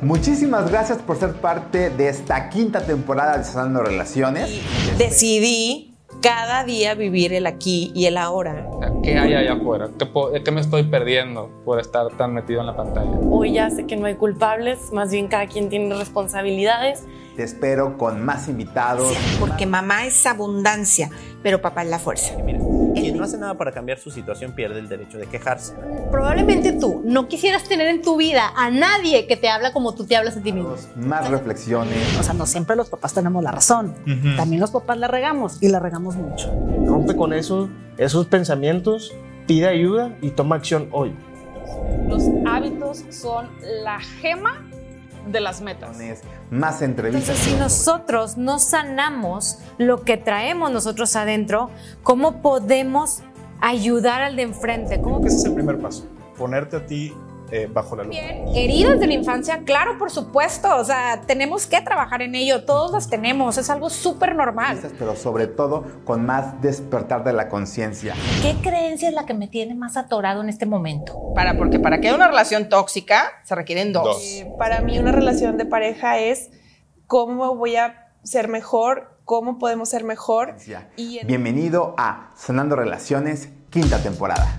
Muchísimas gracias por ser parte de esta quinta temporada de Sanando Relaciones. Decidí cada día vivir el aquí y el ahora. ¿Qué hay allá afuera? ¿Qué, po- ¿Qué me estoy perdiendo por estar tan metido en la pantalla? Hoy ya sé que no hay culpables, más bien cada quien tiene responsabilidades. Te espero con más invitados. Porque mamá es abundancia, pero papá es la fuerza. Mira, quien no hace nada para cambiar su situación pierde el derecho de quejarse. Probablemente tú no quisieras tener en tu vida a nadie que te habla como tú te hablas a ti mismo. Más reflexiones. O sea, no siempre los papás tenemos la razón. También los papás la regamos y la regamos mucho. Rompe con eso, esos pensamientos, pide ayuda y toma acción hoy. Los hábitos son la gema de las metas. Más entrevistas. Entonces, si nosotros no sanamos lo que traemos nosotros adentro, ¿cómo podemos ayudar al de enfrente? ¿Cómo Creo que ese es el primer paso, ponerte a ti eh, bajo la lupa. Heridas de la infancia, claro, por supuesto. O sea, tenemos que trabajar en ello. Todos las tenemos. Es algo súper normal. pero sobre todo con más despertar de la conciencia. ¿Qué creencia es la que me tiene más atorado en este momento? Para, porque para que haya una relación tóxica se requieren dos. Dos. Para mí una relación de pareja es cómo voy a ser mejor, cómo podemos ser mejor. Y en- Bienvenido a Sanando Relaciones, quinta temporada.